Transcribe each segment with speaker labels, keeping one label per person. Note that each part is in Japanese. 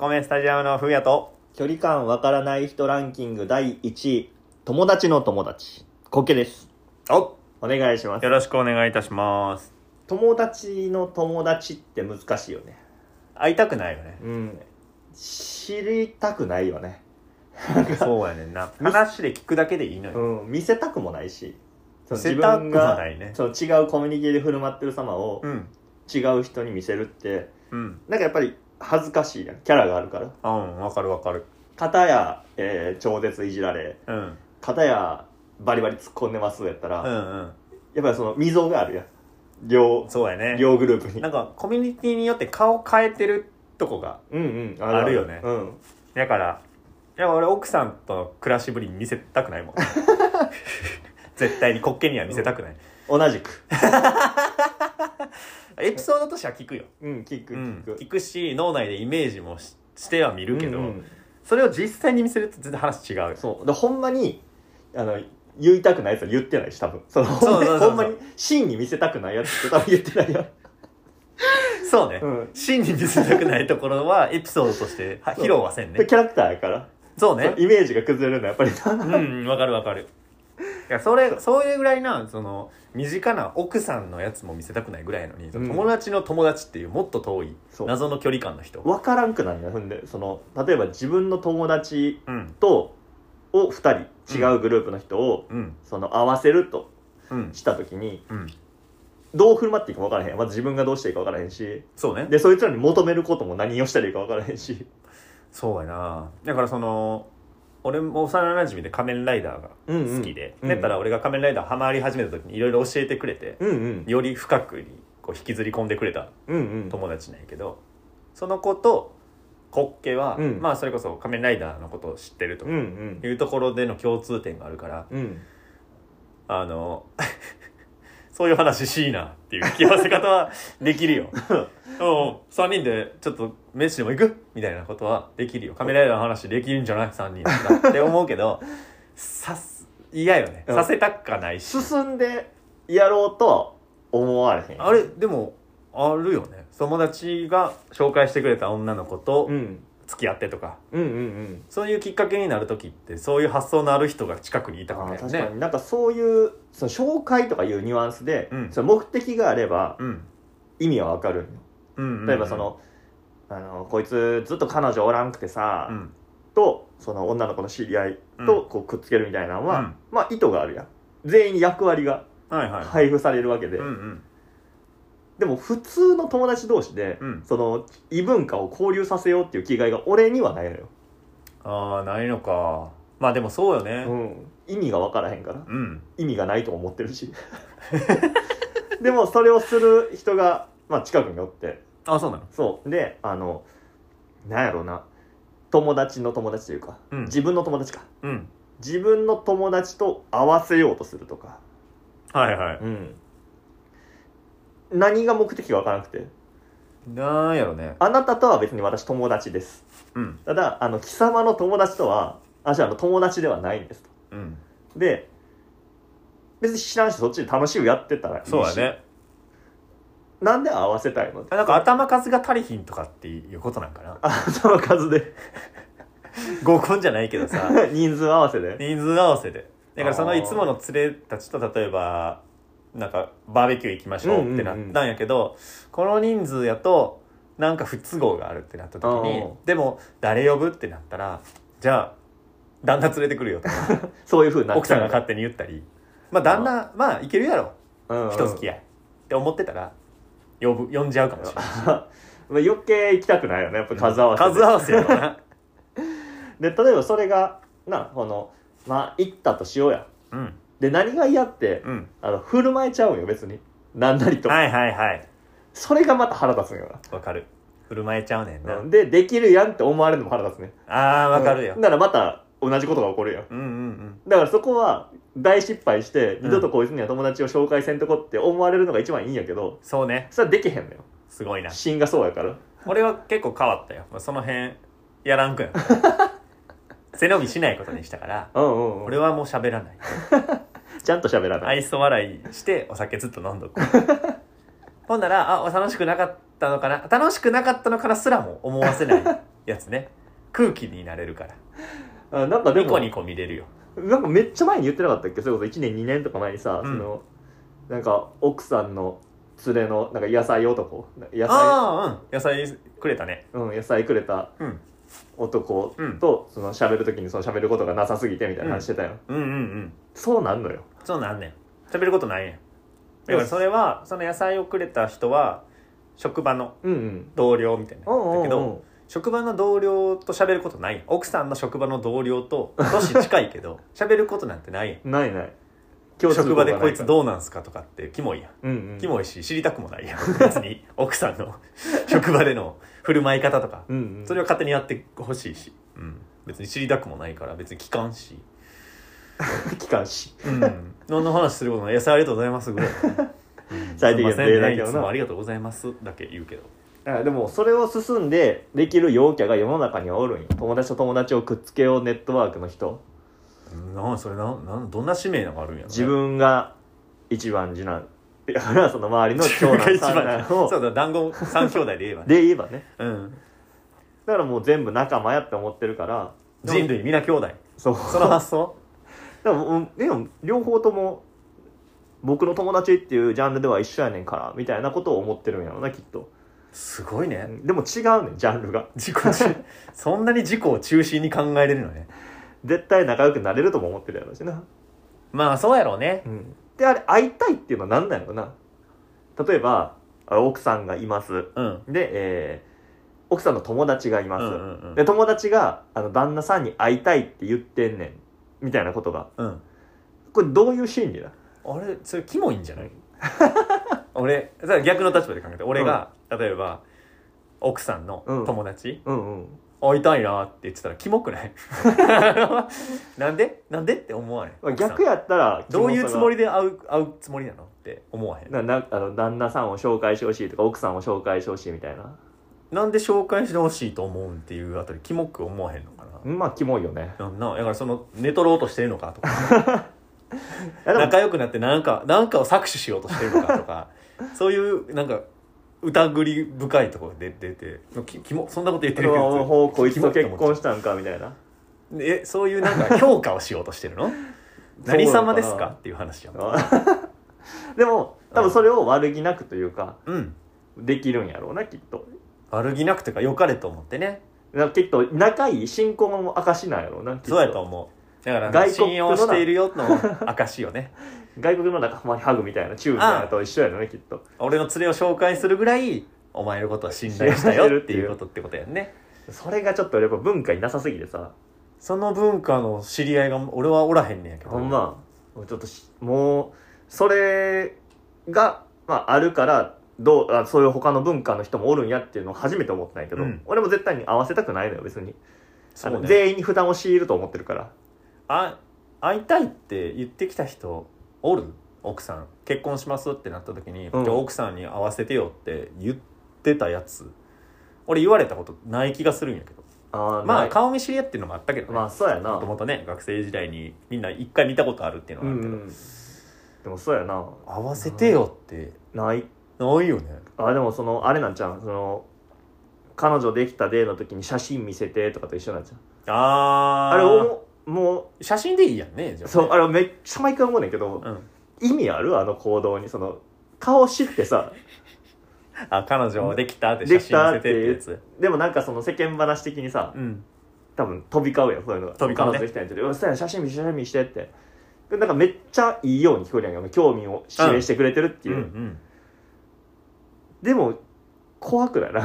Speaker 1: 米スタジアムのふうやと、
Speaker 2: 距離感わからない人ランキング第1位、友達の友達、コケです。
Speaker 1: お
Speaker 2: お願いします
Speaker 1: よ。ろしくお願いいたします。
Speaker 2: 友達の友達って難しいよね。
Speaker 1: 会いたくないよね。
Speaker 2: うん。知りたくないよね。
Speaker 1: そうやねん な。話で聞くだけでいいの
Speaker 2: う
Speaker 1: よ。
Speaker 2: ん。見せたくもないし。その
Speaker 1: 見せたくも
Speaker 2: 自分が
Speaker 1: ないね
Speaker 2: そう違うコミュニティで振る舞ってる様を
Speaker 1: うん。
Speaker 2: 違う人に見せるって、
Speaker 1: うん。
Speaker 2: なんかやっぱり恥ずかしいやん。キャラがあるから。
Speaker 1: あうん、わかるわかる。
Speaker 2: 片や、えー超絶いじられ、
Speaker 1: うん。
Speaker 2: 片やバリバリ突っ込んでますやったら、
Speaker 1: うん
Speaker 2: やっぱりその溝があるやん。両
Speaker 1: うん。、そうやね。
Speaker 2: 両グループに
Speaker 1: な。んか、コミュニティによって顔変えてるとこが。
Speaker 2: うんうん。あ
Speaker 1: あるよね
Speaker 2: うん。
Speaker 1: だから、いや、俺奥さんとの暮らしぶり見せたくない もん。絶対に滑稽には見せたくない。
Speaker 2: 同じく。
Speaker 1: エピソードとしては聞くよ。
Speaker 2: うん、キック、
Speaker 1: う
Speaker 2: キ
Speaker 1: ん
Speaker 2: ック。
Speaker 1: 聞くし、脳内でイメージもししては見るけど、
Speaker 2: うんうん
Speaker 1: それを実際に見せると全然話違うよ。
Speaker 2: そう。で、ほんまに、あの、言いたくないやつは言ってないし、多分。その、
Speaker 1: そうそうそうそう
Speaker 2: ほんまに、真に見せたくないやつって多分言ってないよ。
Speaker 1: そうね。
Speaker 2: うん。
Speaker 1: 真に見せたくないところはエピソードと しては披露はせん
Speaker 2: で
Speaker 1: ね。
Speaker 2: キャラクターやから、
Speaker 1: そうね
Speaker 2: そ。のイメージが崩れるのはやっぱり な。
Speaker 1: うん、わかるわかる。いや、それ、そういうぐらいな、その、身近な奥さんのやつも見せたくないぐらいのに、その
Speaker 2: うん
Speaker 1: 友達の友達っていうもっと遠い、
Speaker 2: そう
Speaker 1: 謎の距離感の人。
Speaker 2: わからんくなるんだよ、ほんで。その、例えば自分の友達
Speaker 1: うん、
Speaker 2: と、を2人、違うグループの人を、
Speaker 1: うん、
Speaker 2: その、合わせると
Speaker 1: うん、
Speaker 2: したときに、
Speaker 1: うん。
Speaker 2: どう振る舞っていいか分からへん。まず自分がどうしていいか分からへんし、
Speaker 1: そうね。
Speaker 2: で、そいつらに求めることも何をしたらいいか分からへんし。
Speaker 1: そうやな。だからその、俺も幼馴染で仮面ライダーが
Speaker 2: うんうん
Speaker 1: 好きで、
Speaker 2: うん
Speaker 1: だったら俺が仮面ライダーハマり始めた時にいろいろ教えてくれて、
Speaker 2: うんうん。
Speaker 1: より深くにこう引きずり込んでくれた
Speaker 2: うんうん。
Speaker 1: 友達なんやけどその子とコッケは、
Speaker 2: うん
Speaker 1: まあそれこそ仮面ライダーのことを知ってると
Speaker 2: うんうん。
Speaker 1: いうところでの共通点があるから
Speaker 2: うん。
Speaker 1: あの そういう話しいなっていう気合わせ方はできる よ。うん、3人でちょっと飯でも行くみたいなことはできるよ。仮面ライダーの話できるんじゃない ?3 人とかって思うけど、さす、嫌よね。
Speaker 2: うん
Speaker 1: させたくはないし。
Speaker 2: 進んでやろうとは思われへん。
Speaker 1: あれ、でも、あるよね。友達が紹介してくれた女の子と
Speaker 2: うん。
Speaker 1: 付き合ってとか、
Speaker 2: うんうんうん。
Speaker 1: そういうきっかけになる時ってそういう発想のある人が近くにいた
Speaker 2: あ
Speaker 1: から
Speaker 2: ー
Speaker 1: だよ
Speaker 2: 確か
Speaker 1: ね
Speaker 2: になんかそういう、その紹介とかいうニュアンスで、
Speaker 1: うん
Speaker 2: その目的があれば
Speaker 1: うん
Speaker 2: 意味はわかるんよ。
Speaker 1: うんうん
Speaker 2: 例えばその、あの、こいつずっと彼女おらんくてさ、
Speaker 1: うん
Speaker 2: と、その女の子の知り合いとこうくっつけるみたいなのは、
Speaker 1: うん
Speaker 2: まあ意図があるやん。全員に役割が
Speaker 1: はいはい
Speaker 2: 配布されるわけで。
Speaker 1: うんうん
Speaker 2: でも普通の友達同士で、
Speaker 1: うん
Speaker 2: その異文化を交流させようっていう気概が俺にはないのよ、
Speaker 1: ああないのかまあでもそうよね
Speaker 2: うん、意味が分からへんから
Speaker 1: うん
Speaker 2: 意味がないとも思ってるしでもそれをする人が、まあ、近くにおって
Speaker 1: あそうなの
Speaker 2: そうであのなんやろうな友達の友達というか、
Speaker 1: うん
Speaker 2: 自分の友達か
Speaker 1: うん
Speaker 2: 自分の友達と合わせようとするとか、
Speaker 1: はいはい
Speaker 2: うん、何が目的か分からなくて
Speaker 1: なんやろね
Speaker 2: あなたとは別に私友達です
Speaker 1: うん
Speaker 2: ただあの貴様の友達とは私はあの友達ではないんですと
Speaker 1: うん
Speaker 2: で別に知らんしそっちで楽しくやってたらいいし
Speaker 1: そうやね
Speaker 2: なんで合わせたいの
Speaker 1: あなんか頭数が足りひんとかっていうことなんかな
Speaker 2: あその数で
Speaker 1: 合コンじゃないけどさ
Speaker 2: 人数合わせで
Speaker 1: 人数合わせでだからそのいつもの連れたちと例えばなんかバーベキュー行きましょうってなったんやけど、この人数やとなんか不都合があるってなった時に
Speaker 2: うん
Speaker 1: でも誰呼ぶってなったらじゃあ旦那連れてくるよ とか
Speaker 2: そういうふうになっ
Speaker 1: 奥
Speaker 2: ちゃ
Speaker 1: さんが
Speaker 2: う
Speaker 1: 勝手に言ったりまあ旦那まあいけるやろ
Speaker 2: うんうん
Speaker 1: 人付き合いって思ってたら呼ぶ呼んじゃうかもしれない。
Speaker 2: まあ余計行きたくないよねやっぱ数合わせで
Speaker 1: 数合わせやろな
Speaker 2: で例えばそれがなこのまあ行ったとしようや
Speaker 1: うん
Speaker 2: で何が嫌って
Speaker 1: うん
Speaker 2: あの振る舞えちゃうんよ別に何なりと、
Speaker 1: はいはいはい
Speaker 2: それがまた腹立つんよ
Speaker 1: わかる振る舞えちゃうねん
Speaker 2: な、
Speaker 1: な、
Speaker 2: でできるやんって思われるのも腹立つね
Speaker 1: ああわかるよ、
Speaker 2: うんならまた同じことが起こるよ
Speaker 1: うん、うんうん
Speaker 2: だからそこは大失敗して
Speaker 1: うん
Speaker 2: 二度とこいつには友達を紹介せんとこって思われるのが一番いいんやけど
Speaker 1: そうね
Speaker 2: それはできへんのよ
Speaker 1: すごいな
Speaker 2: 芯がそうやから
Speaker 1: 俺は結構変わったよ、まあ、その辺やらんくやん 背伸びしないことにしたから
Speaker 2: うんうん、うん、
Speaker 1: 俺はもう喋らない
Speaker 2: ちゃんと喋らない、
Speaker 1: 愛想笑いしてお酒ずっと飲んどくほんならあ楽しくなかったのかな楽しくなかったのかなすらも思わせないやつね空気になれるから
Speaker 2: あなんかで
Speaker 1: ニ
Speaker 2: も
Speaker 1: コニコ見れるよ
Speaker 2: なんかめっちゃ前に言ってなかったっけそれこそ1年2年とか前にさ、
Speaker 1: うん
Speaker 2: そのなんか奥さんの連れのなんか野菜男野
Speaker 1: あ
Speaker 2: 菜,、
Speaker 1: あうん野菜くれたね
Speaker 2: うん、野菜くれた
Speaker 1: うん
Speaker 2: 男
Speaker 1: うん
Speaker 2: と、その喋る時にその喋ることがなさすぎてみたいな話してたよ、
Speaker 1: うんうんうん
Speaker 2: そうなんのよ
Speaker 1: そうなんねん喋ることないねんだからそれはその野菜をくれた人は職場の
Speaker 2: うんうん
Speaker 1: 同僚みたいな
Speaker 2: うんうんうん
Speaker 1: だけど職場の同僚と喋ることないやん奥さんの職場の同僚と年近いけ ど喋ることなんてないやん
Speaker 2: ないない
Speaker 1: 職場でこいつ
Speaker 2: う、
Speaker 1: どうなんすかとかってキモいやん
Speaker 2: うんうん、
Speaker 1: キモいし知りたくもないやん別 に奥さんの職場での振る舞い方とか
Speaker 2: うんうん、
Speaker 1: それを勝手にやってほしいし、うん、別に知りたくもないから別に聞かんし、
Speaker 2: 機関士
Speaker 1: うん、何の話することない「野菜ありがとうございます」ぐらい。うん
Speaker 2: 最低限
Speaker 1: すいませんね
Speaker 2: だけ
Speaker 1: い
Speaker 2: どな
Speaker 1: つもありがとうございますだけ言うけど
Speaker 2: あでもそれを進んでできる陽キャが世の中にはおるんよ友達と友達をくっつけようネットワークの人
Speaker 1: なんそれなんなんどんな使命なんかあるんやろね
Speaker 2: 自分が一番次男だからその周りの
Speaker 1: 自
Speaker 2: 長
Speaker 1: 分が
Speaker 2: 男
Speaker 1: 一
Speaker 2: 三
Speaker 1: 番
Speaker 2: 男
Speaker 1: そ
Speaker 2: を
Speaker 1: うだ団子三兄弟で言えばね
Speaker 2: で言えばね
Speaker 1: うん、
Speaker 2: だからもう全部仲間やって思ってるから
Speaker 1: 人類皆兄弟
Speaker 2: そう
Speaker 1: その発想
Speaker 2: でもうん でも両方とも僕の友達っていうジャンルでは一緒やねんからみたいなことを思ってるんやろなきっと
Speaker 1: すごいね、
Speaker 2: うんでも違うねんジャンルが
Speaker 1: 自己中 そんなに自己を中心に考えれるのね
Speaker 2: 絶対仲良くなれるとも思ってるやろうしな
Speaker 1: まあそうやろうね
Speaker 2: うんであれ会いたいっていうのは何なんやろな例えばあ奥さんがいます
Speaker 1: うん
Speaker 2: で、えー奥さんの友達がいま
Speaker 1: う
Speaker 2: す、
Speaker 1: んうんう
Speaker 2: で
Speaker 1: ん
Speaker 2: 友達があの旦那さんに会いたいって言ってんねんみたいなことが
Speaker 1: うん
Speaker 2: これどういう心理だ
Speaker 1: あれそれキモいんじゃない 俺それ逆の立場で考えて俺が、例えば奥さんの友達、
Speaker 2: うんうん
Speaker 1: 会いたいなって言ってたらキモくない なんでなんでって思わない
Speaker 2: まあ逆やったら
Speaker 1: どういうつも
Speaker 2: り
Speaker 1: りで会う会うつもりなのって思わへん
Speaker 2: ななあの旦那さんを紹介してほしいとか奥さんを紹介してほしいみたいな
Speaker 1: なんで紹介してほしいと思うんっていうあたりキモく思わへんのかな
Speaker 2: まあキモいよね
Speaker 1: なんなんだからその寝取ろうとしてるのかとか
Speaker 2: いやでも
Speaker 1: 仲良くなってなんかなんかを搾取しようとしてるのかと かそういうなんか疑り深いところで出てききもそんなこと言ってる
Speaker 2: うわほうこいつと
Speaker 1: キ
Speaker 2: 結
Speaker 1: モって思
Speaker 2: 婚
Speaker 1: っち
Speaker 2: したんかみたいな
Speaker 1: ゃうえそういうなんか評価をしようとしてるの何様ですかっていう話やん
Speaker 2: あでも多分それを悪気なくというか
Speaker 1: うん
Speaker 2: できるんやろうなきっと
Speaker 1: 悪気なくてか良かれと思ってね
Speaker 2: なきっと仲いい信仰の証なんやろうなきっ
Speaker 1: そうやと思うだから
Speaker 2: 外
Speaker 1: 信
Speaker 2: 国の
Speaker 1: 用
Speaker 2: な
Speaker 1: しているよの証よね
Speaker 2: 外国の仲間にハグみたいなチューみたいなのと一緒やろねきっと
Speaker 1: 俺の連れを紹介するぐらいお前のことは信頼したよっていうことってことやんね
Speaker 2: それがちょっとやっぱ文化になさすぎてさ
Speaker 1: その文化の知り合いが俺はおらへんねんやけど
Speaker 2: ほんまもうちょっとしもうそれが、まあ、あるからどうあそういう他の文化の人もおるんやっていうのを初めて思ったんやけど、
Speaker 1: うん
Speaker 2: 俺も絶対に合わせたくないのよ別に、あ
Speaker 1: そう
Speaker 2: の
Speaker 1: ね
Speaker 2: 全員に負担を強いると思ってるから
Speaker 1: あ会いたいって言ってきた人おる奥さん結婚しますってなった時に、
Speaker 2: うん
Speaker 1: じゃあ奥さんに会わせてよって言ってたやつ俺言われたことない気がするんやけど
Speaker 2: あー
Speaker 1: ま
Speaker 2: な
Speaker 1: あ
Speaker 2: い
Speaker 1: 顔見知り合っていうのもあったけどね
Speaker 2: まあそうやな
Speaker 1: もともとね学生時代にみんな一回見たことあるっていうのは
Speaker 2: う
Speaker 1: あ
Speaker 2: ん
Speaker 1: るけど、
Speaker 2: うんでもそうやな
Speaker 1: 会わせてよって
Speaker 2: ない
Speaker 1: ないよね
Speaker 2: あでもそのあれなんちゃうその彼女できたデーの時に写真見せてとかと一緒なんちゃう
Speaker 1: あー
Speaker 2: あれおも
Speaker 1: 写真でいいやんねじゃ
Speaker 2: う
Speaker 1: あ
Speaker 2: そうあれめっちゃ毎回思うねんけど、
Speaker 1: うん、
Speaker 2: 意味あるあの行動にその顔知ってさ
Speaker 1: あ彼女できたって写
Speaker 2: でき
Speaker 1: 真
Speaker 2: た
Speaker 1: 見せてってやつ
Speaker 2: でもなんかその世間話的にさ
Speaker 1: うん
Speaker 2: 多分飛び交うやんそういうのが
Speaker 1: 飛び交うね
Speaker 2: 彼女できたんやつで「写真見して写真見して」ってでなんかめっちゃいいように聞こえるやんか興味を示してくれてるって
Speaker 1: う
Speaker 2: い
Speaker 1: ん
Speaker 2: う、
Speaker 1: うん
Speaker 2: でも怖くないな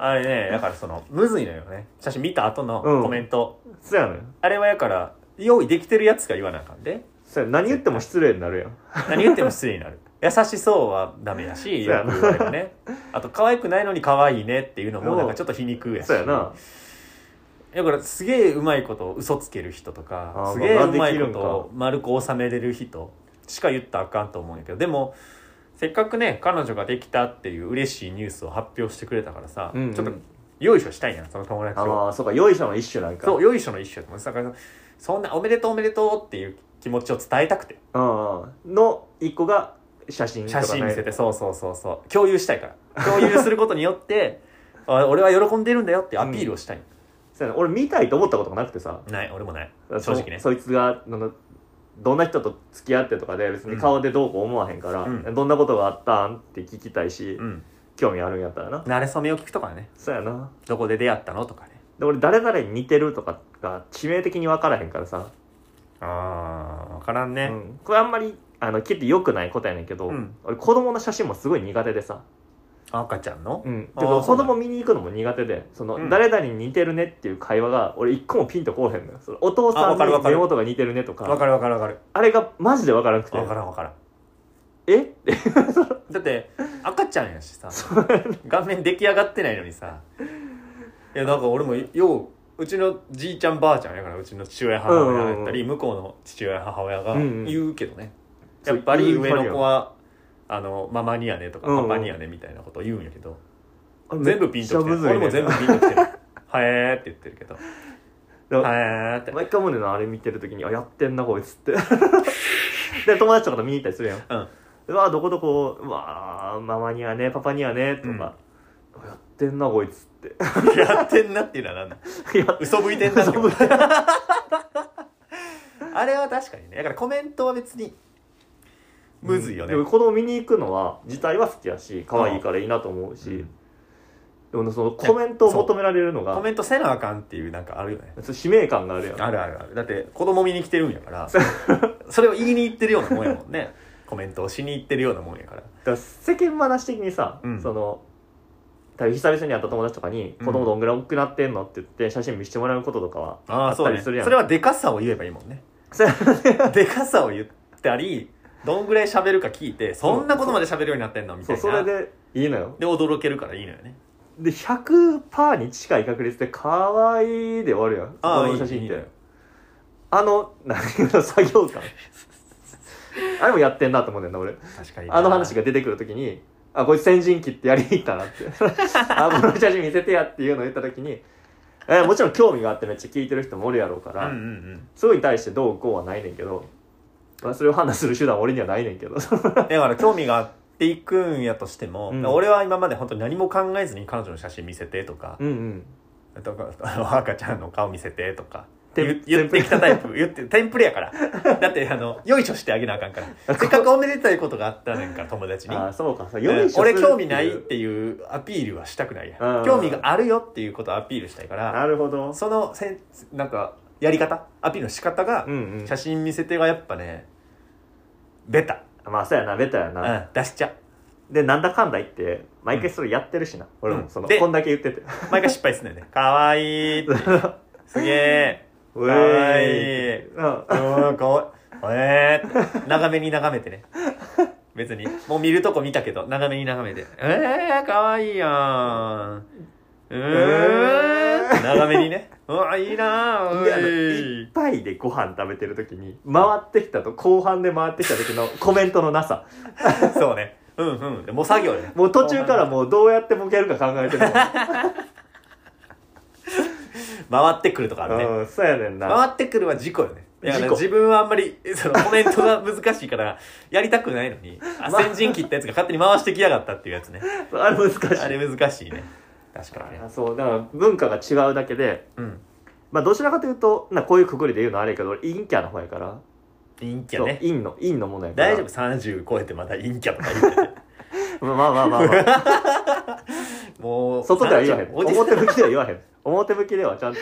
Speaker 1: あれねだからそのむずいのよね写真見た後の
Speaker 2: うん
Speaker 1: コメント、
Speaker 2: そうやねん
Speaker 1: あれはやから用意できてるやつが言わなあかんで
Speaker 2: そうや何言っても失礼になるやん
Speaker 1: 何言っても失礼に なる優しそうはダメやし
Speaker 2: そ
Speaker 1: よ
Speaker 2: うや
Speaker 1: く
Speaker 2: な
Speaker 1: 言われるねあと可愛くないのに可愛いねっていうのもなんかちょっと皮肉やし
Speaker 2: そうやな
Speaker 1: だからすげえうまいこと嘘つける人とか
Speaker 2: あー
Speaker 1: すげえ
Speaker 2: まあ
Speaker 1: うまいこと
Speaker 2: できるんか
Speaker 1: を丸く収めれる人しか言ったらあかんと思うんやけどでもせっかくね彼女ができたっていう嬉しいニュースを発表してくれたからさ、
Speaker 2: うんうん
Speaker 1: ちょっとよいしょしたいやんその友達
Speaker 2: あ
Speaker 1: を。
Speaker 2: まあそうかよいしょの一種なんか
Speaker 1: そう、よいしょの一種やと思うんですだから、そんなおめでとうおめでとうっていう気持ちを伝えたくて。
Speaker 2: うんうんの一個が写真とか
Speaker 1: 写
Speaker 2: ね
Speaker 1: 真見せて、そうそうそうそう。共有したいから。共有することによって、 あ俺は喜んでるんだよってアピールをしたい、
Speaker 2: そうやな俺見たいと思ったことがなくてさ
Speaker 1: ない俺もない正直ね
Speaker 2: そそいつがあのどんな人と付き合ってとかで別に顔でどうこう思わへんから、
Speaker 1: うん
Speaker 2: どんなことがあったんって聞きたいし、
Speaker 1: うん
Speaker 2: 興味あるんやったらな
Speaker 1: 慣れ初めを聞くとかね
Speaker 2: そうやな
Speaker 1: どこで出会ったのとかね
Speaker 2: で俺誰々に似てるとかが致命的に分からへんからさ、
Speaker 1: ああ分からんね、
Speaker 2: うんこれあんまりあの切って良くないことやねんけど、
Speaker 1: うん
Speaker 2: 俺子供の写真もすごい苦手でさ、
Speaker 1: 赤ちゃんの、
Speaker 2: うん、
Speaker 1: あー
Speaker 2: けど
Speaker 1: そ
Speaker 2: 子
Speaker 1: うなん
Speaker 2: 供見に行くのも苦手でその、
Speaker 1: うん
Speaker 2: 誰々に似てるねっていう会話が俺一個もピンとこうへんのよそのお父
Speaker 1: あ
Speaker 2: さん
Speaker 1: わかるわ
Speaker 2: に
Speaker 1: かる
Speaker 2: 目元が似てるねとか
Speaker 1: 分かる分かる分かる
Speaker 2: あれがマジで分からなくて
Speaker 1: 分からん分からん
Speaker 2: えって
Speaker 1: だって赤ちゃんやしさ顔面出来上がってないのにさいやなんか俺もよううちのじいちゃんばあちゃんやからうちの父親母親やったり、向こうの父親母親が
Speaker 2: うんうん
Speaker 1: 言うけどね、
Speaker 2: そう
Speaker 1: やっぱり
Speaker 2: 言う
Speaker 1: 上の子はあのママにやねとか、
Speaker 2: うんうん
Speaker 1: パパにやねみたいなことを言うんやけど、全
Speaker 2: 全
Speaker 1: 部ピンときてる、俺も全
Speaker 2: 部
Speaker 1: 部ピンときてる はえーって言ってるけど
Speaker 2: だから
Speaker 1: はえー って
Speaker 2: 毎回思うねんなあれ見てる時にあやってんなこいつって で友達とかと見に行ったりするやん
Speaker 1: うん
Speaker 2: うわどこどこうわあママにはねパパにはねとか、やってんなこいつって
Speaker 1: やってんなっていうのはなんだ
Speaker 2: いや
Speaker 1: 嘘ぶいてんなって
Speaker 2: 嘘ぶいてん
Speaker 1: あれは確かにねだからコメントは別にむずいよね、
Speaker 2: でも子供見に行くのは自体は好きやし可愛いからいいなと思うし、
Speaker 1: うん
Speaker 2: でもそのコメントを
Speaker 1: そう
Speaker 2: 求められるの
Speaker 1: コ
Speaker 2: が
Speaker 1: メントせなあかんっていうなんかあるよね
Speaker 2: そう使命感があるやん
Speaker 1: あるあるあるだって子供見に来てるんや からそれを言いに行ってるようなもんやもんねコメントをしに行ってるようなもんやから
Speaker 2: だから世間話的にさ、
Speaker 1: うん
Speaker 2: その多分久々に会った友達とかに「
Speaker 1: うん
Speaker 2: 子供どんぐらい大きくなってんの?」って言って写真見せてもらうこととかは
Speaker 1: あ
Speaker 2: あ
Speaker 1: あ
Speaker 2: った
Speaker 1: そう
Speaker 2: り
Speaker 1: ね
Speaker 2: す
Speaker 1: そ
Speaker 2: る
Speaker 1: れ
Speaker 2: やん、
Speaker 1: はでかさを言えばいいもん ねでかさを言ったりどんぐらい喋るか聞いてそんなことまで喋るようになってんのみた
Speaker 2: そ
Speaker 1: いうな
Speaker 2: それでいいのよ
Speaker 1: で驚けるからいいのよね
Speaker 2: で100%に近い確率で「かわいい」で終わるやん
Speaker 1: ああ
Speaker 2: こ
Speaker 1: い
Speaker 2: の
Speaker 1: い
Speaker 2: 写真
Speaker 1: い
Speaker 2: っ
Speaker 1: い
Speaker 2: て
Speaker 1: のよ
Speaker 2: あの何の作業感あれもやってんなと思うねんな俺
Speaker 1: 確かに
Speaker 2: あの話が出てくるときに「あこいつ先陣切ってやりに行った な」って「あこの写真見せてや」っていうのを言ったときにえもちろん興味があってめっちゃ聞いてる人もおるやろうか
Speaker 1: うんう
Speaker 2: ら、
Speaker 1: んうん
Speaker 2: それに対してどうこうはないねんけど、まあ、それを判断する手段は俺にはないね んけど
Speaker 1: だから興味があっていくんやとしても、
Speaker 2: うん
Speaker 1: 俺は今まで本当に何も考えずに彼女の写真見せてとか、
Speaker 2: うんうん
Speaker 1: とか あの赤ちゃんの顔見せてとか
Speaker 2: テン
Speaker 1: 言言ってきたタイプ言ってテンプレやから だってあのよいしょしてあげなあかんからせっかくおめでたいことがあったねんから友達に。
Speaker 2: ああそうかそう
Speaker 1: う
Speaker 2: よい
Speaker 1: ん
Speaker 2: しょす
Speaker 1: 俺
Speaker 2: るっていう
Speaker 1: 興味ないっていうアピールはしたくないや
Speaker 2: うん
Speaker 1: ん興味があるよっていうことをアピールしたいから
Speaker 2: なるほど
Speaker 1: そのせんなんかやり方アピールの仕方が
Speaker 2: うんうん
Speaker 1: 写真見せてがやっぱねベタ、
Speaker 2: まあそうやなベタや
Speaker 1: う
Speaker 2: な、
Speaker 1: ん、出しちゃう
Speaker 2: でなんだかんだ言って毎回それやってるしな、俺もその
Speaker 1: で
Speaker 2: こんだけ言ってて
Speaker 1: 毎回失敗するんだよね。かわいいって。すげえ。
Speaker 2: う
Speaker 1: わ
Speaker 2: え
Speaker 1: い
Speaker 2: ーうん
Speaker 1: うわかわいい。えーって。長めに眺めてね。別に。もう見るとこ見たけど、長めに眺めて。えー、かわいいやん。うーんって長めにね。うわ、いいなぁ。う
Speaker 2: であの
Speaker 1: い
Speaker 2: 一杯でご飯食べてる時に回ってきたと後半で回ってきた時 のコメントのなさ
Speaker 1: そうね。うんうん。もう作業ね。
Speaker 2: もう途中からもうどうやってボケるか考えてるもん、
Speaker 1: 回ってくるとかあるね。
Speaker 2: うんそうやねんな
Speaker 1: 回ってくるは事故よね。だから
Speaker 2: 事故
Speaker 1: 自分はあんまり、 そのコメントが難しいから、やりたくないのに、あ
Speaker 2: まあ
Speaker 1: 先陣切ったやつが勝手に回してきやがったっていうやつね。
Speaker 2: あれ難しい
Speaker 1: あれ難しいね。確かにね
Speaker 2: あ。そうだから文化が違うだけで
Speaker 1: うん。
Speaker 2: まあどちらかというとなこういうくくりで言うのはあれやけど俺陰キャの方やから
Speaker 1: 陰キ
Speaker 2: そ
Speaker 1: ャ
Speaker 2: う
Speaker 1: ね。
Speaker 2: 陰の陰のものやから
Speaker 1: 大丈夫 ?30 超えてまだ陰キャとか言 って
Speaker 2: まあまあまあまあ、ま あ、
Speaker 1: て。もう、
Speaker 2: 外では言わへん
Speaker 1: 30おじさん
Speaker 2: 表向きでは言わへん表向きではちゃ んと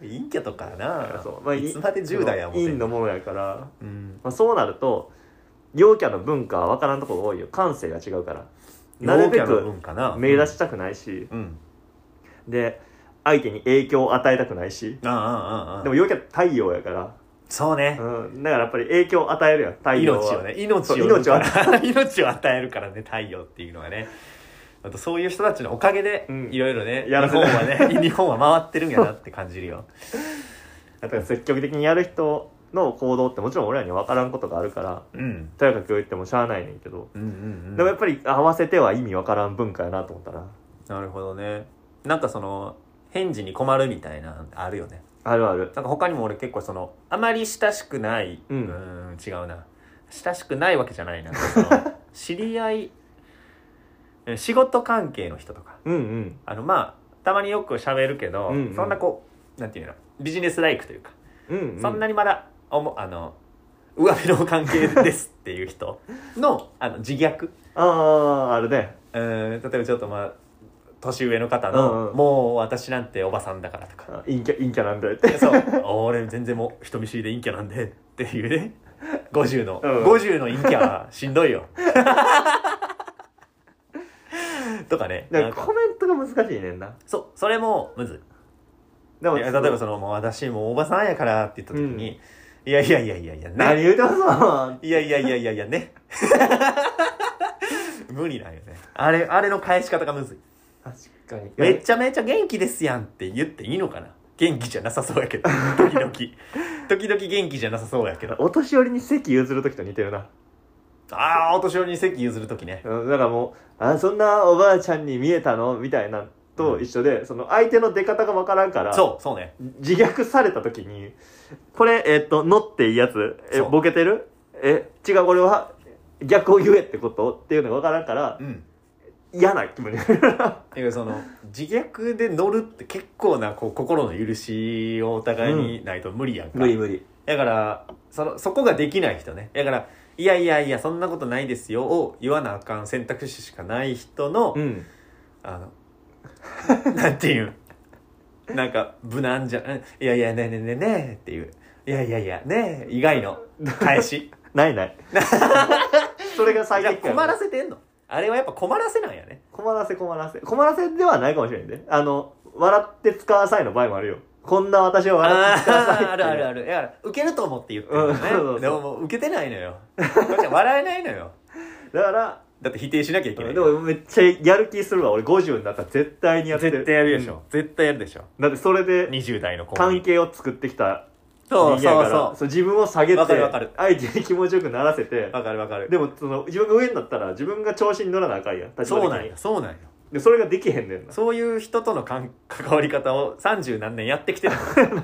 Speaker 1: 陰キャとかな
Speaker 2: そうまあ
Speaker 1: いつまで10代やもん
Speaker 2: 陰のものやから、
Speaker 1: うん。
Speaker 2: まあ、そうなると陽キャの文化は分からんところが多いよ感性が違うからな
Speaker 1: 陽
Speaker 2: るべ
Speaker 1: キャの
Speaker 2: く
Speaker 1: 分かな。
Speaker 2: 目立ちたくないし、
Speaker 1: うん。
Speaker 2: で相手に影響を与えたくないし
Speaker 1: ああ、ああ、ああ。
Speaker 2: でも陽キャって太陽やから、
Speaker 1: そうね。
Speaker 2: うん、だからやっぱり影響を与えるやん太陽は
Speaker 1: 命をね命を
Speaker 2: そう命を
Speaker 1: 与え 命を与えるからね太陽っていうのはねあとそういう人たちのおかげで
Speaker 2: うん
Speaker 1: いろいろね、
Speaker 2: やら
Speaker 1: 日
Speaker 2: せて
Speaker 1: 本は ね日本は回ってるんやなって感じるよ
Speaker 2: だから積極的にやる人の行動ってもちろん俺らには分からんことがあるから
Speaker 1: うん
Speaker 2: とやかく言ってもしゃあないねんけど、
Speaker 1: うんうんうん
Speaker 2: でもやっぱり合わせては意味分からん文化やなと思ったら
Speaker 1: なるほどねなんかその返事に困るみたいなのあるよね
Speaker 2: あるある
Speaker 1: なんか他にも俺結構そのあまり親しくない
Speaker 2: うん
Speaker 1: ーん違うな親しくないわけじゃないなその知り合いえー仕事関係の人とか
Speaker 2: うんうん
Speaker 1: あのまあたまによく喋るけど、
Speaker 2: うんうん
Speaker 1: そんなこうなんていうのビジネスライクというか、
Speaker 2: うんうん
Speaker 1: そんなにまだおもあの上辺の関係ですっていう人 のあの自虐
Speaker 2: あああるね
Speaker 1: うん例えばちょっとまあ年上の方
Speaker 2: う
Speaker 1: の
Speaker 2: ん
Speaker 1: 「
Speaker 2: うん
Speaker 1: もう私なんておばさんだから」と か
Speaker 2: あ陰キャ陰キャなんだよって
Speaker 1: そう俺全然もう人見知りで陰キャなんでっていうね50の、
Speaker 2: うん
Speaker 1: 50の陰キャはしんどい よとかねな
Speaker 2: だ
Speaker 1: ん
Speaker 2: か
Speaker 1: から
Speaker 2: コメントが難しいねんな
Speaker 1: そうそれもむずい
Speaker 2: でも
Speaker 1: いや例えばその「もう私もうおばさんやから」って言った時に「いやいやいやいやいや
Speaker 2: 何
Speaker 1: ね
Speaker 2: 言うてますもん
Speaker 1: いやいやいやいやいやね 無理なんよねあれあれの返し方がむずい
Speaker 2: 確かに
Speaker 1: めちゃめちゃ元気ですやんって言っていいのかな元気じゃなさそうやけ ど時々時々元気じゃなさそうやけど
Speaker 2: お年寄りに席譲る時と似てるな
Speaker 1: ああお年寄りに席譲る時ね
Speaker 2: うんだからもう「あそんなおばあちゃんに見えたの?」みたいなと一緒で、その相手の出方が分からんから
Speaker 1: そうそうね
Speaker 2: 自虐された時に「これえっと「の」っていいやつえ
Speaker 1: そう
Speaker 2: ボケてるえ違うこれは逆を言えってこと?」っていうのが分からんから
Speaker 1: うん
Speaker 2: 嫌な気分になる
Speaker 1: ていうかその自虐で乗るって結構なこう心の許しをお互いにないと無理やんか、
Speaker 2: 無理
Speaker 1: だからそのそこができない人ねだから「いやいやいやそんなことないですよ」を言わなあかん選択肢しかない人の、
Speaker 2: うん
Speaker 1: あの なんていうんなんか無難じゃうん「いやいやねえねえねえねえ」っていう「いやいやいやねえ」以外の返 し
Speaker 2: ないない それが最
Speaker 1: じゃあ
Speaker 2: 適解
Speaker 1: 困らせてんのあれはやっぱ困らせなんやね
Speaker 2: 困らせ困らせ困らせではないかもしれないねあの笑って使わさいの場合もあるよこんな私を笑って使わさいって
Speaker 1: あーあるあるある。いや、受けると思って言ってるのね。
Speaker 2: うんそうそうそう
Speaker 1: でももう受けてないのよ。こっちは笑えないのよ。
Speaker 2: だから
Speaker 1: だって否定しなきゃいけない。
Speaker 2: でもめっちゃやる気するわ俺50になったら絶対にやって
Speaker 1: 絶対やるでしょ。絶対やるでしょ。
Speaker 2: うんだってそれで
Speaker 1: 20代の子
Speaker 2: 関係を作ってきた
Speaker 1: そう
Speaker 2: や
Speaker 1: そ
Speaker 2: か
Speaker 1: う
Speaker 2: ら
Speaker 1: そ
Speaker 2: そう自分を下げて
Speaker 1: わかるわかる
Speaker 2: 相手に気持ちよくならせて
Speaker 1: う。わかるわかる。
Speaker 2: でもその自分が上になったら自分が調子に乗らなあかんやん立場的
Speaker 1: そ
Speaker 2: に
Speaker 1: うなんよ。そうなんよ。
Speaker 2: でそれができへんねんな
Speaker 1: そういう人との関 関わり方を30何年やってきてる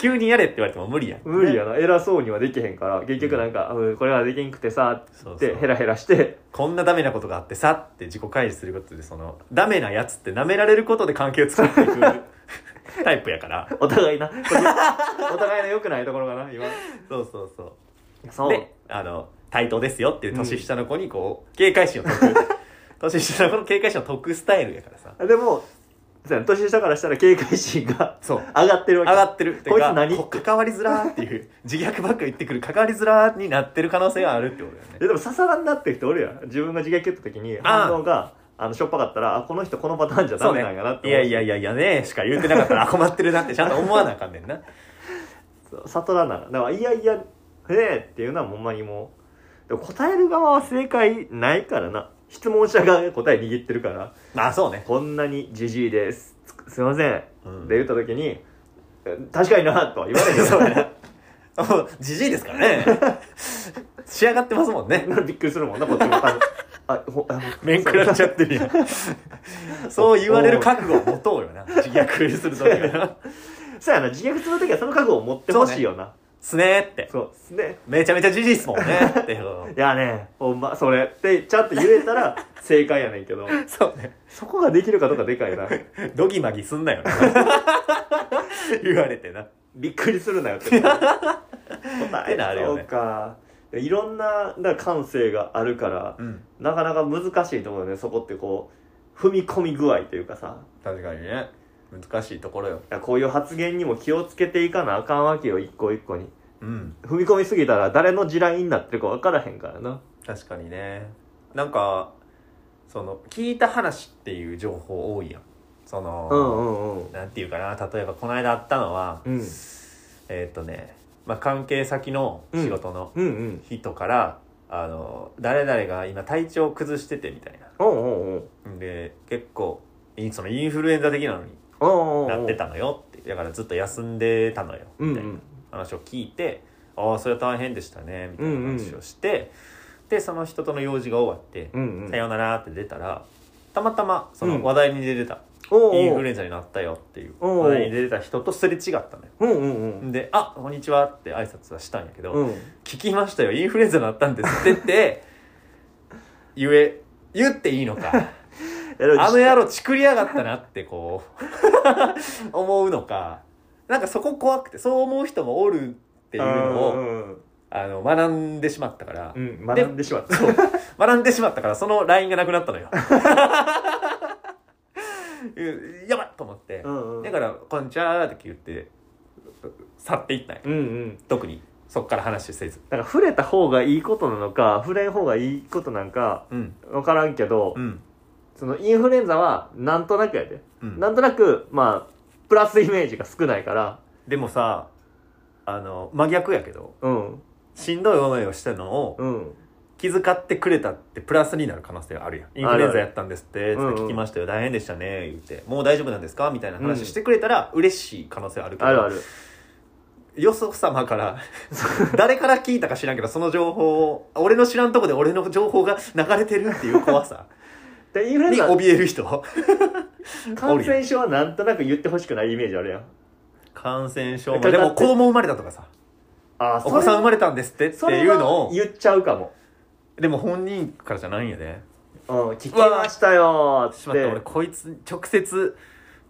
Speaker 1: 急にやれって言われても無理やん。
Speaker 2: 無理や
Speaker 1: ね。
Speaker 2: な、偉そうにはできへんから結局なんか、うんこれはできんくてさ
Speaker 1: そう
Speaker 2: っ
Speaker 1: そ
Speaker 2: て
Speaker 1: う
Speaker 2: ヘラヘラして
Speaker 1: こんなダメなことがあってさって自己開示することで、その、ダメなやつって舐められることで関係を作っていく タイプやから。
Speaker 2: お互 いなこれお互いの良くないところかな今
Speaker 1: そうそうそう。
Speaker 2: そう
Speaker 1: であの対等ですよっていう年下の子にこう、警戒心を解く年下の子の警戒心を解くスタイルやからさ
Speaker 2: でもそうや年下からしたら警戒心が
Speaker 1: そう
Speaker 2: 上がってる
Speaker 1: 上
Speaker 2: わけ
Speaker 1: がってるっていうか
Speaker 2: こいつ何
Speaker 1: こう関わりづらーっていう 自虐ばっか言ってくる関わりづらーになってる可能性があるってことだよね
Speaker 2: えでも刺さらんなってる人おるやん自分が自虐言った時に
Speaker 1: ああ
Speaker 2: 反応があのしょっぱかったらあこの人このパターンじゃ ダ
Speaker 1: そう
Speaker 2: メ
Speaker 1: ね
Speaker 2: なんやなって
Speaker 1: い
Speaker 2: 思
Speaker 1: や
Speaker 2: う
Speaker 1: いやいやいやねしか言ってなかったらあ困ってるなってちゃんと思わなあかんねんな
Speaker 2: そう悟らなだからいやいやねえっていうのはほんまにもうでも答える側は正解ないからな質問者側が答え握ってるから
Speaker 1: まあ そうね
Speaker 2: こんなにじじいですすすいません、
Speaker 1: うん
Speaker 2: で言った時にえ確かになとは言われへんよ
Speaker 1: そうね もうじじいですから ね仕上がってますもんね
Speaker 2: びっくりするもんなこっちも多分あほあ
Speaker 1: 面食らっちゃってるやん そう言われる覚悟を持とうよな 自虐するときは
Speaker 2: そうやな自虐する時はその覚悟を持ってほしいよな
Speaker 1: すねーって
Speaker 2: そう,、ね
Speaker 1: めちゃめちゃじじいっすもんねっていうこと
Speaker 2: いやねほんまそれってちゃんと言えたら 正解やねんけど
Speaker 1: そうね
Speaker 2: そこができるかどうかでかいな
Speaker 1: ドギマギすんなよ な言われてな
Speaker 2: びっくりするなよって答
Speaker 1: ってなるよね
Speaker 2: そうかいろんなだから感性があるから
Speaker 1: うん
Speaker 2: なかなか難しいと思うよねそこってこう踏み込み具合というかさ
Speaker 1: 確かにね難しいところよ
Speaker 2: いやこういう発言にも気をつけていかなあかんわけよ一個一個に
Speaker 1: うん
Speaker 2: 踏み込みすぎたら誰の地雷になってるか分からへんからな
Speaker 1: 確かにねなんかその聞いた話っていう情報多いやんその、
Speaker 2: うんうんうん
Speaker 1: なんていうかな例えばこの間あったのは、
Speaker 2: うん
Speaker 1: えーっ、とね、まあ、関係先の仕事の
Speaker 2: うんうん
Speaker 1: 人から、あの誰々が今体調崩しててみたい
Speaker 2: おうんうんうん
Speaker 1: なで結構インそのインフルエンザ的なのに
Speaker 2: おうおうおう
Speaker 1: なってたのよってだからずっと休んでたのよ
Speaker 2: うん
Speaker 1: み
Speaker 2: う
Speaker 1: たいなん話を聞いて、ああそれは大変でしたねみたいな話をして、でその人との用事が終わって、
Speaker 2: うんうん
Speaker 1: さよならって出たらたまたまそうの
Speaker 2: ん
Speaker 1: 話題に出てた、
Speaker 2: おうおう
Speaker 1: インフルエンザになったよっていう
Speaker 2: おうおう
Speaker 1: 話題に出てた人とすれ違ったのよ
Speaker 2: うんうん
Speaker 1: で「あこんにちは」って挨拶はしたんやけど、
Speaker 2: うんうん
Speaker 1: 聞きましたよインフルエンザになったんですってって言え言っていいのか
Speaker 2: やでも
Speaker 1: あの野郎ちくりやがったなってこう 思うのかなんかそこ怖くてそう思う人もおるっていうのを
Speaker 2: うん
Speaker 1: あの学んでしまったから、
Speaker 2: うん、学んでしまった。
Speaker 1: そう学んでしまったからそのラインがなくなったのよ うんやばっと思って、
Speaker 2: んう
Speaker 1: だから「こんにちは」って言って去っていったんや
Speaker 2: うんうん。
Speaker 1: 特にそっから話せず
Speaker 2: なんか触れた方がいいことなのか、触れん方がいいことなんか、
Speaker 1: うん
Speaker 2: わからんけど、
Speaker 1: うん
Speaker 2: そのインフルエンザはなんとなくやで。
Speaker 1: うん
Speaker 2: なんとなく、まあ、プラスイメージが少ないから、
Speaker 1: でもさあの真逆やけど
Speaker 2: うん、
Speaker 1: しんどい思いをしたのを
Speaker 2: うん、
Speaker 1: 気遣ってくれたってプラスになる可能性があるやんインフルエンザやったんですって
Speaker 2: うんうん
Speaker 1: 聞きましたよ大変でしたね言ってもう大丈夫なんですかみたいな話してくれたら嬉しい可能性あるけ
Speaker 2: あるあ
Speaker 1: ど
Speaker 2: る。
Speaker 1: よそ様から誰から聞いたか知らんけどその情報を俺の知らんとこで俺の情報が流れてるっていう怖さ
Speaker 2: で、インフルエン
Speaker 1: に
Speaker 2: ザ、
Speaker 1: 怯える人
Speaker 2: 感染症はなんとなく言ってほしくないイメージあるやん。
Speaker 1: 感染症
Speaker 2: だ
Speaker 1: も
Speaker 2: って
Speaker 1: でも子供生まれたとかさ
Speaker 2: ああ、
Speaker 1: お子さん生
Speaker 2: ま
Speaker 1: まれたんですってっていうのを
Speaker 2: 言っちゃうかも。
Speaker 1: でも本人からじゃないんやで
Speaker 2: うん、聞きましたよー
Speaker 1: しまった
Speaker 2: っ
Speaker 1: 俺
Speaker 2: て。
Speaker 1: こいつに直接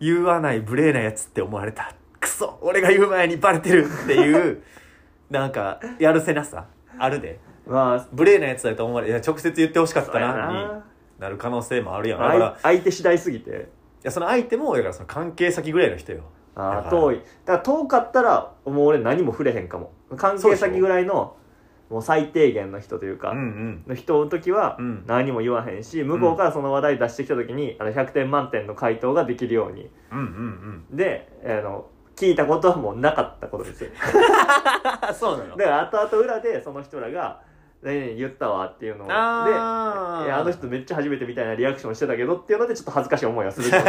Speaker 1: 言わない無礼なやつって思われたクソ俺が言う前にバレてるっていう なんかやるせなさあるで
Speaker 2: まあ、
Speaker 1: 無礼なやつだと思われいや直接言ってほしかった
Speaker 2: そうや
Speaker 1: な
Speaker 2: な
Speaker 1: になる可能性もあるやんだから
Speaker 2: 相相手次第すぎて。
Speaker 1: いやその相手もだからその関係先ぐらいの人よだ
Speaker 2: あ
Speaker 1: か
Speaker 2: あ
Speaker 1: ら
Speaker 2: 遠いだから遠かったらもう俺何も触れへんかも関係先ぐらいのもう最低限の人というか、
Speaker 1: うんうん
Speaker 2: の人の時は
Speaker 1: うん
Speaker 2: 何も言わへんし、向こうからその話題出してきた時にあの100点満点の回答ができるように
Speaker 1: うんうんうん
Speaker 2: であの聞いたことはもうなかったこ とですよ
Speaker 1: あそうなの
Speaker 2: だから後々裏でその人らが「何々言ったわ」っていうのをで
Speaker 1: あー
Speaker 2: いやあの人めっちゃ初めてみたいなリアクションしてたけどっていうのでちょっと恥ずかしい思いはすると思う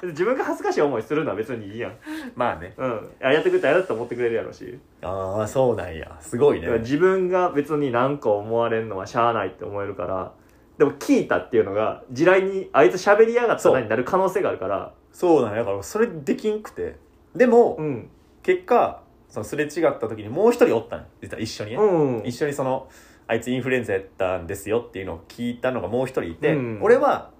Speaker 2: けど自分が恥ずかしい思いするのは別にいいやん
Speaker 1: まあね
Speaker 2: うん、あやってくれたらやだって思ってくれるやろうし、
Speaker 1: ああそうなんやすごいね
Speaker 2: だから自分が別に何か思われるのはしゃあないって思えるからでも聞いたっていうのが地雷にあいつ喋りやがった
Speaker 1: そう
Speaker 2: なになる可能性があるから
Speaker 1: そうなんやだからそれできんくてでも、
Speaker 2: うん
Speaker 1: 結果そのすれ違った時にもう一人おったんよ実は一緒にね、
Speaker 2: うん
Speaker 1: 一緒にそのあいつインフルエンザやったんですよっていうのを聞いたのがもう一人いて、
Speaker 2: うん
Speaker 1: 俺は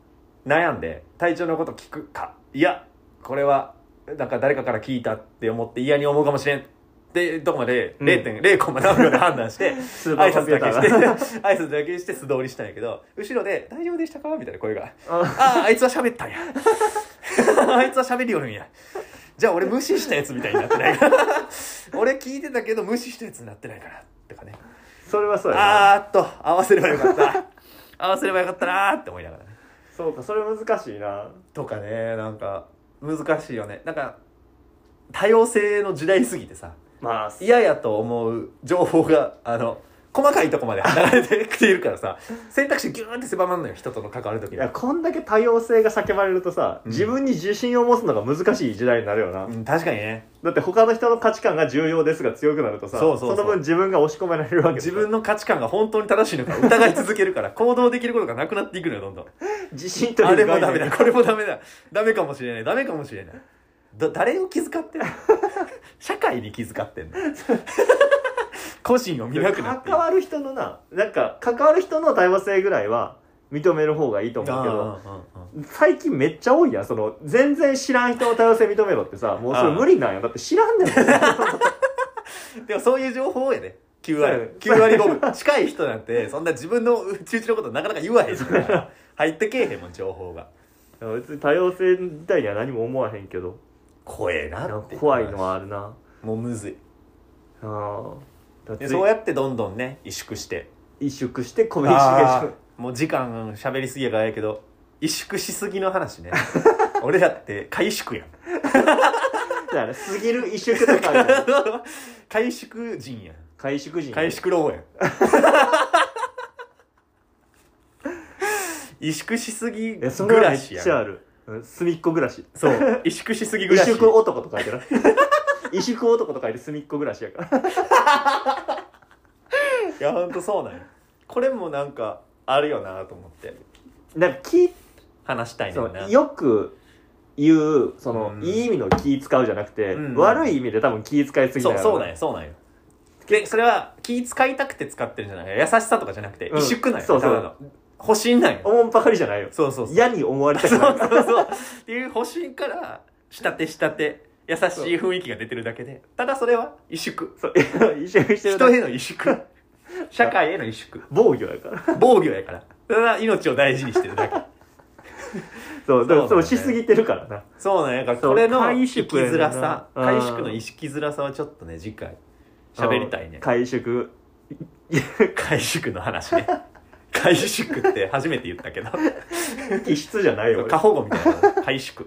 Speaker 1: 悩んで体調のこと聞くかいやこれはなんか誰かから聞いたって思って嫌に思うかもしれんでどこまで
Speaker 2: うん
Speaker 1: 0.0コンマ何秒で判断して
Speaker 2: スーパ
Speaker 1: 挨
Speaker 2: ーコン
Speaker 1: 拶
Speaker 2: ピュータ
Speaker 1: だ
Speaker 2: ー
Speaker 1: けして
Speaker 2: が
Speaker 1: 挨拶だけして素通りしたんやけど後ろで「大丈夫でしたか?」みたいな声が
Speaker 2: あ
Speaker 1: あ ああいつは喋ったんや あいつは喋りよるんやじゃあ俺無視したやつみたいになってないから 俺聞いてたけど無視したやつになってないからとかね
Speaker 2: それはそうやな
Speaker 1: あーっと合わせればよかった 合わせればよかったなーって思いながらね
Speaker 2: そうかそれ難しいな
Speaker 1: とかねなんか難しいよねなんか多様性の時代すぎてさ
Speaker 2: まあす
Speaker 1: 嫌やと思う情報があの細かいとこまで流れてきているからさ選択肢ギューンって狭まんのよ人との関わる時
Speaker 2: い
Speaker 1: に
Speaker 2: やこんだけ多様性が叫ばれるとさ、
Speaker 1: うん
Speaker 2: 自分に自信を持つのが難しい時代になるよな、
Speaker 1: うん確かにね
Speaker 2: だって他の人の価値観が重要ですが強くなるとさ
Speaker 1: そうそうそう
Speaker 2: の分自分が押し込められるわけでし
Speaker 1: 自
Speaker 2: ょ
Speaker 1: 分の価値観が本当に正しいのか疑い続けるから行動できることがなくなっていくのよどんどん
Speaker 2: 自信という
Speaker 1: あれもダメ
Speaker 2: 概念
Speaker 1: だこれもダメだダメかもしれないダメかもしれないだ誰を気遣ってん の社会に気遣ってんの個人を磨くなってい
Speaker 2: 関わる人のななんか関わる人の多様性ぐらいは認める方がいいと
Speaker 1: う
Speaker 2: 思うけど
Speaker 1: んうんうん
Speaker 2: 最近めっちゃ多いやんその全然知らん人の多様性認めろってさもうそれ無理なんやだって知らんねんもん
Speaker 1: うんでもそういう情報やで9割
Speaker 2: そうや
Speaker 1: 9割5分近い人なんてそんな自分の中知のことなかなか言わへんから入ってけえへんもん情報が
Speaker 2: 別に多様性自体には何も思わへんけど
Speaker 1: 怖えな
Speaker 2: なん
Speaker 1: っ
Speaker 2: か
Speaker 1: て
Speaker 2: 怖いのはあるな
Speaker 1: もうむずい
Speaker 2: あだっ
Speaker 1: で
Speaker 2: て
Speaker 1: そうやってどんどんね萎縮して
Speaker 2: 萎縮して米萎
Speaker 1: あ
Speaker 2: 縮
Speaker 1: ーもう時間喋りすぎやからやけど萎縮しすぎの話 ね俺だって回縮やん
Speaker 2: だから過ぎる萎縮とかあるじ ゃん
Speaker 1: 回縮人やん
Speaker 2: 回縮人
Speaker 1: 回縮老やん萎縮しすぎ
Speaker 2: えそ
Speaker 1: 暮
Speaker 2: れはめ
Speaker 1: ら
Speaker 2: っ
Speaker 1: し
Speaker 2: ち
Speaker 1: やん
Speaker 2: ゃあるうん隅っこ暮らし
Speaker 1: そう萎縮しすぎ暮
Speaker 2: 萎
Speaker 1: らし
Speaker 2: 縮男と書い てな萎縮男と書いて隅っこ暮らしやから
Speaker 1: いやほんとそうなんやこれもなんかあるよなと思って
Speaker 2: なんか気
Speaker 1: 話したいね
Speaker 2: そ
Speaker 1: んな
Speaker 2: のよく言うその、
Speaker 1: うん
Speaker 2: いい意味の気使うじゃなくて、
Speaker 1: うん
Speaker 2: 悪い意味で多分気使いすぎ
Speaker 1: そうそうなん
Speaker 2: よ
Speaker 1: よそうなんよでそれは気使いたくて使ってるんじゃない優しさとかじゃなくて
Speaker 2: うん
Speaker 1: 萎縮なんよ、
Speaker 2: そうそ
Speaker 1: た
Speaker 2: う
Speaker 1: だの保身なんよ
Speaker 2: おもんぱかりじゃないよ
Speaker 1: そうそうそう
Speaker 2: 嫌に思われたく
Speaker 1: そ
Speaker 2: な
Speaker 1: う
Speaker 2: い
Speaker 1: そうそうっていう保身から仕立て仕立て優しい雰囲気が出てるだけでただそれは萎縮
Speaker 2: そう 一緒にしてるだ
Speaker 1: 人
Speaker 2: け
Speaker 1: への萎縮 社会への萎縮
Speaker 2: 防御だから
Speaker 1: 防御やからただ命を大事にしてるだけ
Speaker 2: そうだから
Speaker 1: そなんだよね
Speaker 2: そううしすぎてるからな
Speaker 1: そうなんやだから
Speaker 2: そう
Speaker 1: これの
Speaker 2: 回
Speaker 1: 生き
Speaker 2: 宿
Speaker 1: づらさ
Speaker 2: やねんな
Speaker 1: 回宿の意識づらさはちょっとね次回喋りたいね
Speaker 2: 会食
Speaker 1: 回宿の話ね回宿って初めて言ったけど
Speaker 2: 気質じゃないよ
Speaker 1: 過保護みたいな回宿っ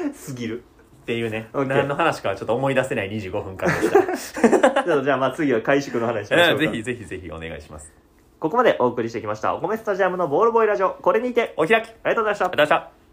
Speaker 2: 俺すぎる
Speaker 1: ていうね
Speaker 2: OK
Speaker 1: 何の話かはちょっと思い出せない25分間で した
Speaker 2: ちょっとじゃあまあ次は会食の話しましょう か
Speaker 1: ぜひぜひぜひお願いします
Speaker 2: ここまでお送りしてきましたお米スタジアムのボールボーイラジオこれにて
Speaker 1: お開きありがとう
Speaker 2: ありがとうございました
Speaker 1: ございました